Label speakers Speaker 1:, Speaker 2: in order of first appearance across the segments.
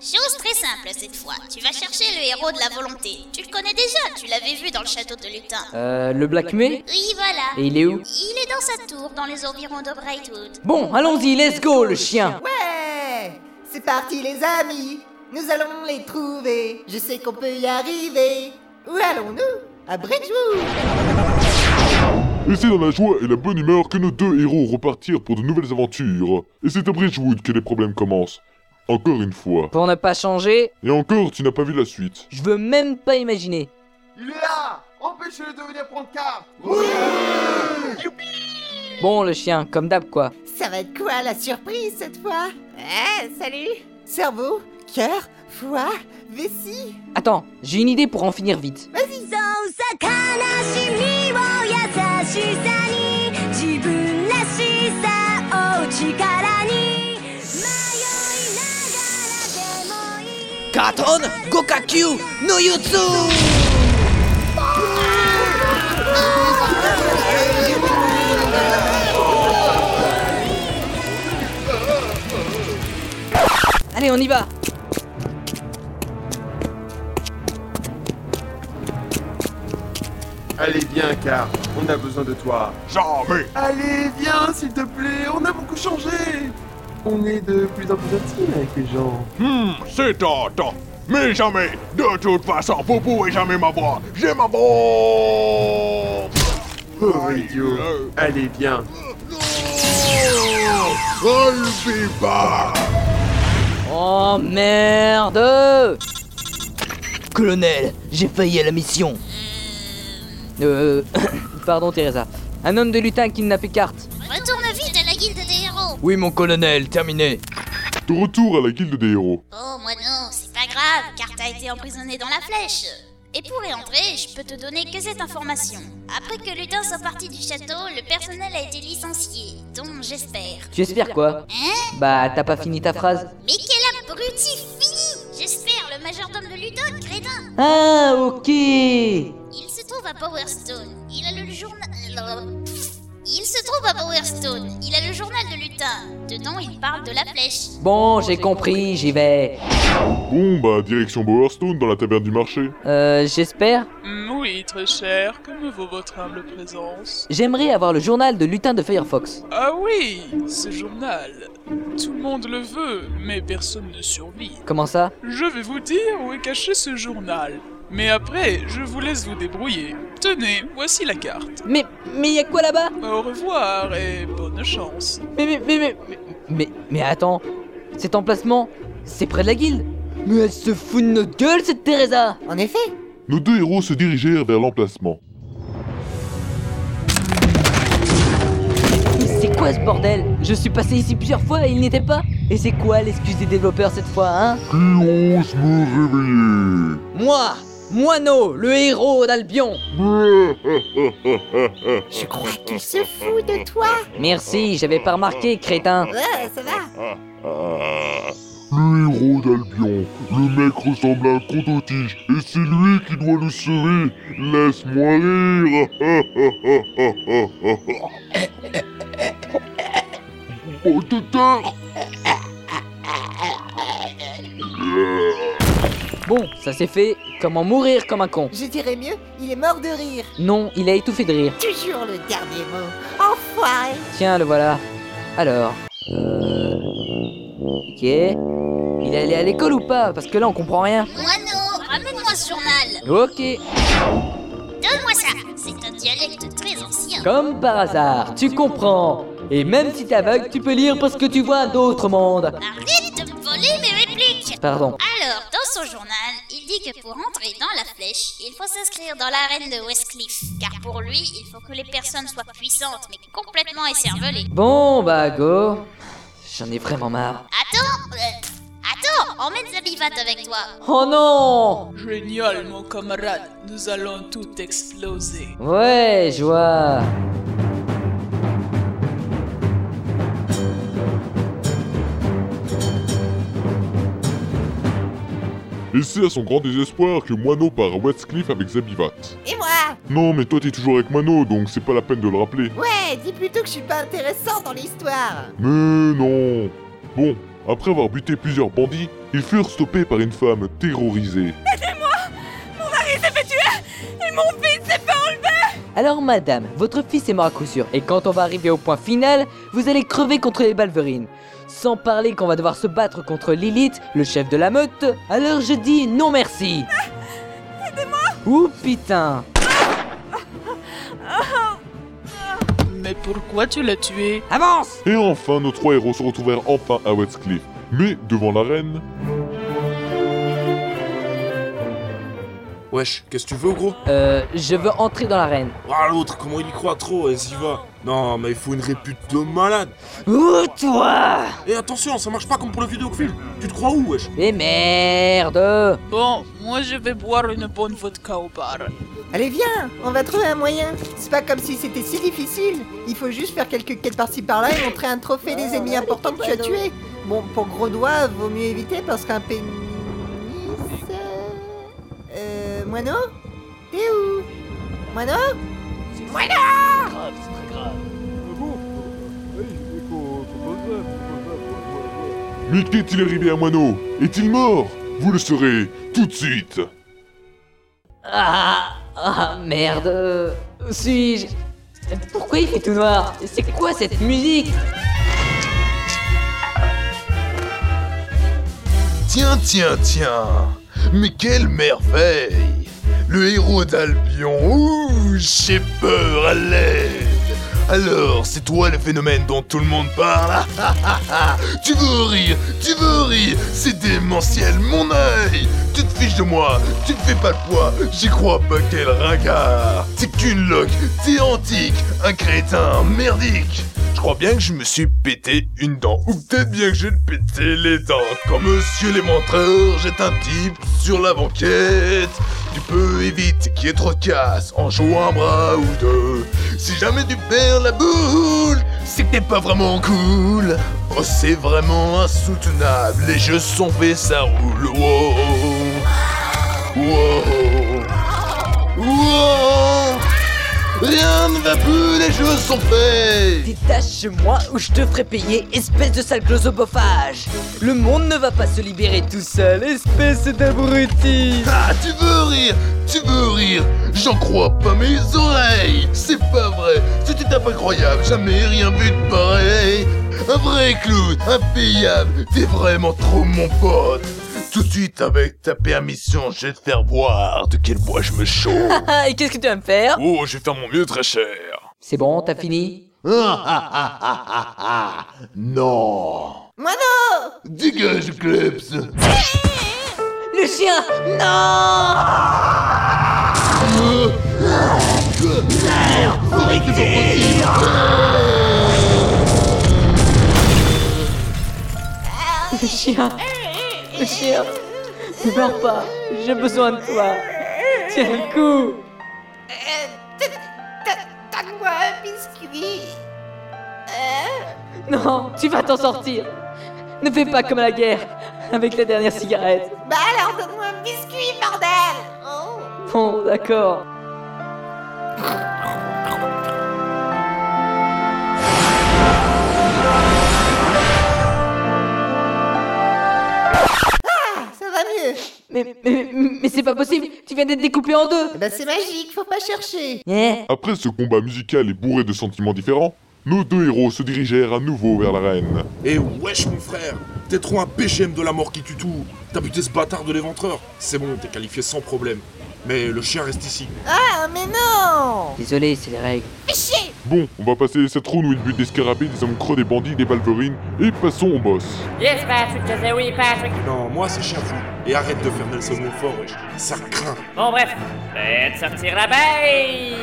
Speaker 1: Chose très simple cette fois. Tu vas chercher le héros de la volonté. Tu le connais déjà, tu l'avais vu dans le château de Lutin.
Speaker 2: Euh, le Black May
Speaker 1: Oui, voilà.
Speaker 2: Et il est où
Speaker 1: Il est dans sa tour, dans les environs de Brightwood.
Speaker 2: Bon, allons-y, let's go le chien
Speaker 3: Ouais C'est parti les amis Nous allons les trouver Je sais qu'on peut y arriver Où allons-nous À Bridgewood
Speaker 4: Et c'est dans la joie et la bonne humeur que nos deux héros repartirent pour de nouvelles aventures. Et c'est à Bridgewood que les problèmes commencent. Encore une fois.
Speaker 2: Pour ne pas changer,
Speaker 4: Et encore, tu n'as pas vu la suite.
Speaker 2: je veux même pas imaginer.
Speaker 5: Léa, empêchez-le de venir prendre carte
Speaker 2: Bon le chien, comme d'hab quoi.
Speaker 3: Ça va être quoi la surprise cette fois Eh, salut Cerveau, cœur, foie, vessie
Speaker 2: Attends, j'ai une idée pour en finir vite.
Speaker 6: そうさ悲しみを優しさに自分らしさを力に迷いながらでもいい
Speaker 7: Katon Gokakyu no Yutsu
Speaker 2: Allez, on y va
Speaker 5: Allez, viens, car on a besoin de toi.
Speaker 4: Jamais
Speaker 5: Allez, viens, s'il te plaît, on a beaucoup changé On est de plus en plus intimes avec les gens.
Speaker 4: Hmm, c'est tentant. Mais jamais, de toute façon, vous pouvez jamais m'avoir. J'ai ma bombe
Speaker 5: Pauvre Oh, idiot. Allez, viens.
Speaker 2: Oh merde
Speaker 7: Colonel, j'ai failli à la mission.
Speaker 2: Euh. Pardon, Teresa. Un homme de lutin kidnappé carte.
Speaker 1: Retourne vite à la guilde des héros.
Speaker 7: Oui mon colonel, terminé.
Speaker 4: De retour à la guilde des héros.
Speaker 1: Oh, moi non, c'est pas grave, car t'as été emprisonné dans la flèche. Et pour y entrer, je peux te donner que cette information. Après que Lutin soit parti du château, le personnel a été licencié, donc j'espère.
Speaker 2: Tu espères quoi
Speaker 1: Hein
Speaker 2: Bah, t'as pas fini ta phrase
Speaker 1: Mais quel abruti fini J'espère, le majordome de Lutin, crétin
Speaker 2: Ah, ok
Speaker 1: Il se trouve à Powerstone. Il a le journal. euh, Il se trouve à Powerstone. Il a le journal de Lutin. Dedans, il parle de la flèche.
Speaker 2: Bon, j'ai compris, j'y vais.
Speaker 4: Bon, bah, direction Bowerstone dans la taverne du marché.
Speaker 2: Euh, j'espère
Speaker 8: Hmm, Oui, très cher, que me vaut votre humble présence
Speaker 2: J'aimerais avoir le journal de lutin de Firefox.
Speaker 8: Ah oui, ce journal. Tout le monde le veut, mais personne ne survit.
Speaker 2: Comment ça
Speaker 8: Je vais vous dire où est caché ce journal. Mais après, je vous laisse vous débrouiller. Tenez, voici la carte.
Speaker 2: Mais, mais y a quoi là-bas
Speaker 8: Au revoir et bonne chance.
Speaker 2: mais mais, mais, mais, mais, mais, mais attends, cet emplacement, c'est près de la guilde Mais elle se fout de notre gueule, cette Teresa
Speaker 3: En effet
Speaker 4: Nos deux héros se dirigèrent vers l'emplacement.
Speaker 2: Mais C'est quoi ce bordel Je suis passé ici plusieurs fois et il n'était pas Et c'est quoi l'excuse des développeurs cette fois, hein
Speaker 4: Qui ose me réveiller
Speaker 2: Moi Moino, le héros d'Albion
Speaker 4: Ah,
Speaker 3: Je crois qu'il se fout de toi
Speaker 2: Merci, j'avais pas remarqué, crétin
Speaker 3: Ouais, ça va
Speaker 4: Le héros d'Albion, le mec ressemble à un condottige, et c'est lui qui doit nous sauver. Laisse-moi rire. Bon tard
Speaker 2: Bon, ça c'est fait, comment mourir comme un con
Speaker 3: Je dirais mieux, il est mort de rire
Speaker 2: Non, il a étouffé de rire.
Speaker 3: Toujours le dernier mot Enfoiré
Speaker 2: Tiens, le voilà. Alors... Euh... Ok... Il est allé à l'école ou pas Parce que là on comprend rien.
Speaker 1: Moi non, ramène-moi ce journal.
Speaker 2: Ok,
Speaker 1: Donne-moi ça. C'est un dialecte très ancien.
Speaker 2: Comme par hasard, tu comprends. Et même si t'es aveugle, tu peux lire parce que tu vois d'autres mondes.
Speaker 1: Arrête de me voler mes répliques.
Speaker 2: Pardon.
Speaker 1: Alors, dans son journal, il dit que pour entrer dans la flèche, il faut s'inscrire dans l'arène de Westcliff. Car pour lui, il faut que les personnes soient puissantes, mais complètement écervelées.
Speaker 2: Bon, bah go. J'en ai vraiment marre.
Speaker 1: Attends, euh, pff, attends, emmène Zabivat avec toi.
Speaker 2: Oh non
Speaker 8: Génial, mon camarade, nous allons tout exploser.
Speaker 2: Ouais, je vois.
Speaker 4: Et c'est à son grand désespoir que Moano part à Westcliff avec Zabivat.
Speaker 3: Et moi
Speaker 4: Non, mais toi t'es toujours avec Moano, donc c'est pas la peine de le rappeler.
Speaker 3: Ouais, dis plutôt que je suis pas intéressant dans l'histoire
Speaker 4: Mais non Bon, Après avoir buté plusieurs bandits, ils furent stoppés par une femme terrorisée.
Speaker 2: Alors madame, votre fils est mort à coup sûr, et quand on va arriver au point final, vous allez crever contre les balverines. Sans parler qu'on va devoir se battre contre Lilith, le chef de la meute, alors je dis non merci Aidez-moi Ouh putain
Speaker 8: Mais pourquoi tu l'as tué
Speaker 2: Avance
Speaker 4: Et enfin, nos trois héros se retrouvèrent enfin à Westcliff. Mais devant la reine,
Speaker 9: Wesh, qu'est-ce que tu veux, gros
Speaker 2: Euh, je veux entrer dans l'arène.
Speaker 9: Ah, l'autre, comment il y croit trop, elle s'y va. Non, mais il faut une répute de malade.
Speaker 2: Ouh toi
Speaker 9: Et attention, ça marche pas comme pour le vidéoclip. Tu te crois où, wesh
Speaker 2: Et Eh, merde
Speaker 8: Bon, moi je vais boire une bonne vodka au bar.
Speaker 3: Allez, viens, on va trouver un moyen. C'est pas comme si c'était si difficile. Il faut juste faire quelques quêtes par-ci par-là et montrer un trophée des ennemis importants que tu as tués. Bon, pour gros doigts, vaut mieux éviter parce qu'un pénis. euh, Euh. Moineau T'es où Moineau
Speaker 4: mais qu'est-il arrivé à Moineau Est-il mort Vous le saurez tout de suite.
Speaker 2: Ah Ah merde euh, Suis-je Pourquoi il fait tout noir C'est quoi cette musique
Speaker 10: Tiens, tiens, tiens Mais quelle merveille Le héros d'Albion Ouh, j'ai peur, à l'aide Alors, c'est toi le phénomène dont tout le monde parle Ah, ah, ah, ah. Tu veux rire Tu veux rire C'est démentiel, mon œil Tu te fiches de moi Tu te fais pas le poids J'y crois pas, quel ringard T'es qu'une loque T'es antique Un crétin merdique je crois bien que je me suis pété une dent, ou peut-être bien que j'ai pété les dents. Quand monsieur les menteurs jette un type sur la banquette, tu peux éviter qu'il y ait trop de casse en jouant un bras ou deux. Si jamais tu perds la boule, c'est que t'es pas vraiment cool. Oh, c'est vraiment insoutenable, les jeux sont faits, ça roule. Wow. Wow. Wow. Rien ne va plus, les jeux sont faits.
Speaker 7: Détache-moi ou je te ferai payer, espèce de sale glosobophage Le monde ne va pas se libérer tout seul, espèce d'abruti
Speaker 10: Ah, tu veux rire Tu veux rire J'en crois pas mes oreilles C'est pas vrai Cette étape incroyable, jamais rien vu de pareil Un vrai clown, impayable T'es vraiment trop mon pote Tout de suite, avec ta permission, je vais te faire voir de quel bois je me chauffe
Speaker 2: Ah, et qu'est-ce que tu vas me faire
Speaker 10: Oh, je vais faire mon mieux, très cher
Speaker 2: C'est bon, t'as fini
Speaker 10: Ah, ah, ah, ah, ah, ah. Non
Speaker 3: Moineau
Speaker 10: Dégage, Klebs
Speaker 2: Le chien Non Le chien Le chien Ne meurs pas J'ai besoin de toi Tiens le coup
Speaker 3: Euh, Donne-moi un biscuit
Speaker 2: Non, tu vas t'en sortir Ne fais pas comme à la guerre Avec la dernière cigarette
Speaker 3: Bah alors, donne-moi un biscuit, bordel Oh
Speaker 2: Bon, d'accord
Speaker 3: Ça va mieux
Speaker 2: Mais, mais, mais c'est pas possible Tu viens d'être découpé en deux
Speaker 3: Bah c'est magique, faut pas chercher
Speaker 2: Eh,
Speaker 4: Après ce combat musical et bourré de sentiments différents, nos deux héros se dirigèrent à nouveau vers la reine.
Speaker 9: Eh wesh, mon frère T'es trop un PGM de la mort qui tue tout. T'as buté ce bâtard de l'éventreur. C'est bon, t'es qualifié sans problème. Mais le chien reste ici.
Speaker 3: Ah, mais non
Speaker 2: Désolé, c'est les règles.
Speaker 4: Bon, on va passer cette round où il but des scarabées, des hommes creux, des bandits, des balverines, et passons au boss.
Speaker 11: Yes, Patrick, je sais oui, Patrick.
Speaker 9: Non, moi, c'est chien fou. Et arrête de faire Nelson Montfort, wesh. Ça craint.
Speaker 11: Bon, bref, faites sortir la baille.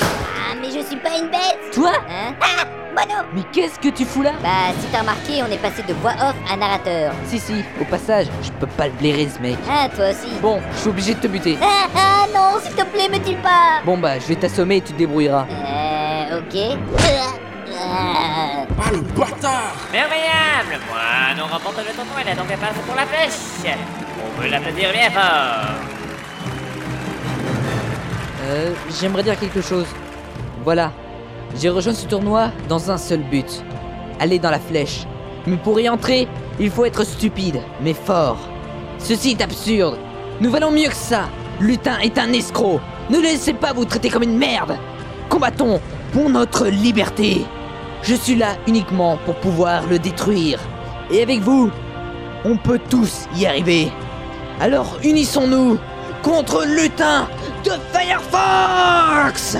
Speaker 6: Ah, mais je suis pas une bête
Speaker 2: Toi
Speaker 6: Hein Ah Mono
Speaker 2: Mais qu'est-ce que tu fous là
Speaker 6: Bah, si t'as remarqué, on est passé de voix off à narrateur.
Speaker 2: Si, si, au passage, je peux pas le blairer ce mec.
Speaker 6: Ah, toi aussi
Speaker 2: Bon, je suis obligé de te buter.
Speaker 6: Ah, ah, non, s'il te plaît, me tue pas
Speaker 2: Bon bah, je vais t'assommer et tu te débrouilleras.
Speaker 6: Euh, ok. Ah,
Speaker 9: Ah, le bâtard
Speaker 11: Merveillable Moi, non remporte le tonton, elle a donc passé pour la flèche. On peut l'applaudir bien fort.
Speaker 2: Euh, j'aimerais dire quelque chose. Voilà. J'ai rejoint ce tournoi dans un seul but. Aller dans la flèche. Mais pour y entrer, il faut être stupide, mais fort. Ceci est absurde. Nous valons mieux que ça. Lutin est un escroc. Ne le laissez pas vous traiter comme une merde. Combattons pour notre liberté. Je suis là uniquement pour pouvoir le détruire. Et avec vous, on peut tous y arriver. Alors unissons-nous contre Lutin de Firefox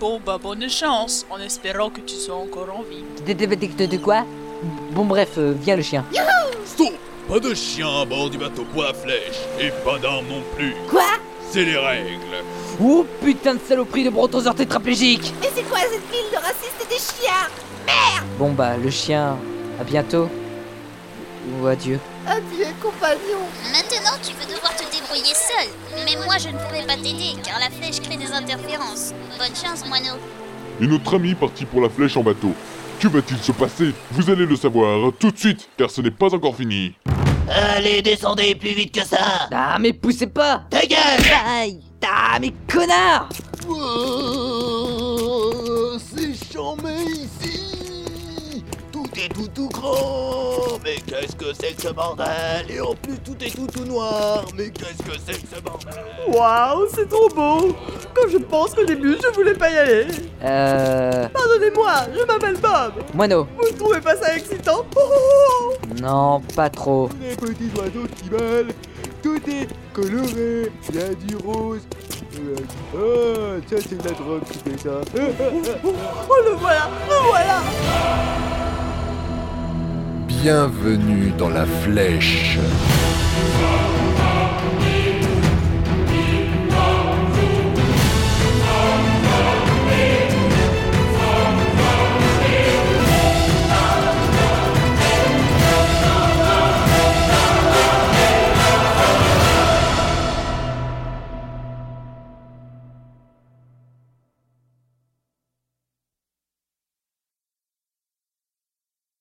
Speaker 8: Bon bah bonne chance, en espérant que tu sois encore en vie.
Speaker 2: De, de- de- de- de quoi Bon bref, euh, viens le chien.
Speaker 12: Stop Pas de chien bah. à bord du bateau pour la flèche, et pas d'armes non plus.
Speaker 2: Quoi
Speaker 12: C'est les règles.
Speaker 2: Oh putain de saloperie de brontosaure tétraplégique
Speaker 3: Mais c'est quoi cette ville de racistes et des chiens Merde
Speaker 2: Bon bah le chien, à bientôt. Ou adieu.
Speaker 1: Adieu, compagnon Maintenant, tu vas devoir te débrouiller seul. Mais moi, je ne pourrai pas t'aider, car la flèche crée des interférences. Bonne chance, moineau.
Speaker 4: Et notre ami partit pour la flèche en bateau. Que va-t-il se passer Vous allez le savoir tout de suite, car ce n'est pas encore fini.
Speaker 10: Allez, descendez plus vite que ça
Speaker 2: Ah, mais poussez pas
Speaker 10: Ta gueule
Speaker 2: Aïe Ah, mais connard
Speaker 10: Oh, C'est chambé ici Tout est tout tout grand Mais qu'est-ce que c'est que ce bordel Et en plus, tout est tout tout noir Mais qu'est-ce que c'est que ce bordel
Speaker 13: Waouh, c'est trop beau Quand je pense qu'au début, je voulais pas y aller
Speaker 2: Euh...
Speaker 13: Pardonnez-moi, je m'appelle Bob
Speaker 2: Moineau.
Speaker 13: Vous ne trouvez pas ça excitant Oh, oh, oh.
Speaker 2: Non, pas trop.
Speaker 10: Les petits oiseaux qui volent, tout est coloré, il y a du rose. Ah, tiens, c'est de la drogue qui fait ça.
Speaker 13: Oh, le voilà Le voilà
Speaker 14: Bienvenue dans la flèche.